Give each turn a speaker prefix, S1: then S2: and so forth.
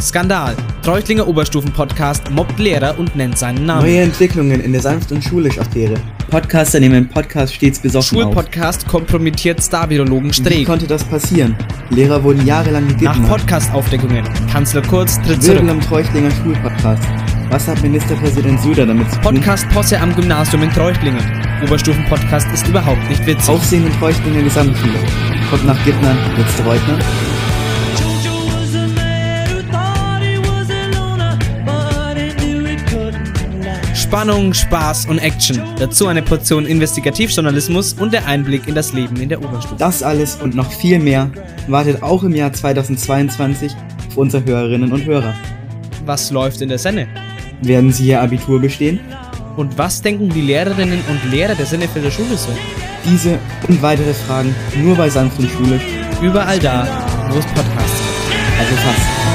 S1: Skandal. Treuchtlinger Oberstufen-Podcast mobbt Lehrer und nennt seinen Namen.
S2: Neue Entwicklungen in der sanft- und Schulisch-Affäre.
S3: Podcaster nehmen Podcast stets besoffen auf.
S1: Schulpodcast kompromittiert Star-Virologen
S2: Wie
S1: Streeck.
S2: konnte das passieren? Lehrer wurden jahrelang
S1: Nach
S2: gegeben.
S1: Podcast-Aufdeckungen. Kanzler Kurz tritt
S2: Wirken
S1: zurück.
S2: am Treuchtlinger Schulpodcast. Was hat Ministerpräsident Suda damit zu tun?
S1: Podcast Posse am Gymnasium in Treuchtlingen. Oberstufen-Podcast ist überhaupt nicht witzig.
S2: Aufsehen in Treuchtlinger Gesamtschule. Kommt nach Gittner, jetzt Reutner.
S4: Jojo was a man who thought he was a loner, but he knew it couldn't last.
S1: Spannung, Spaß und Action. Dazu eine Portion Investigativjournalismus und der Einblick in das Leben in der Oberstufe.
S2: Das alles und noch viel mehr wartet auch im Jahr 2022 auf unsere Hörerinnen und Hörer.
S1: Was läuft in der Senne?
S2: Werden Sie Ihr Abitur bestehen?
S1: Und was denken die Lehrerinnen und Lehrer der Sennefelder Schule so?
S2: Diese und weitere Fragen nur bei sanft und Schulisch,
S1: Überall da, wo es Podcasts gibt.
S2: also fast.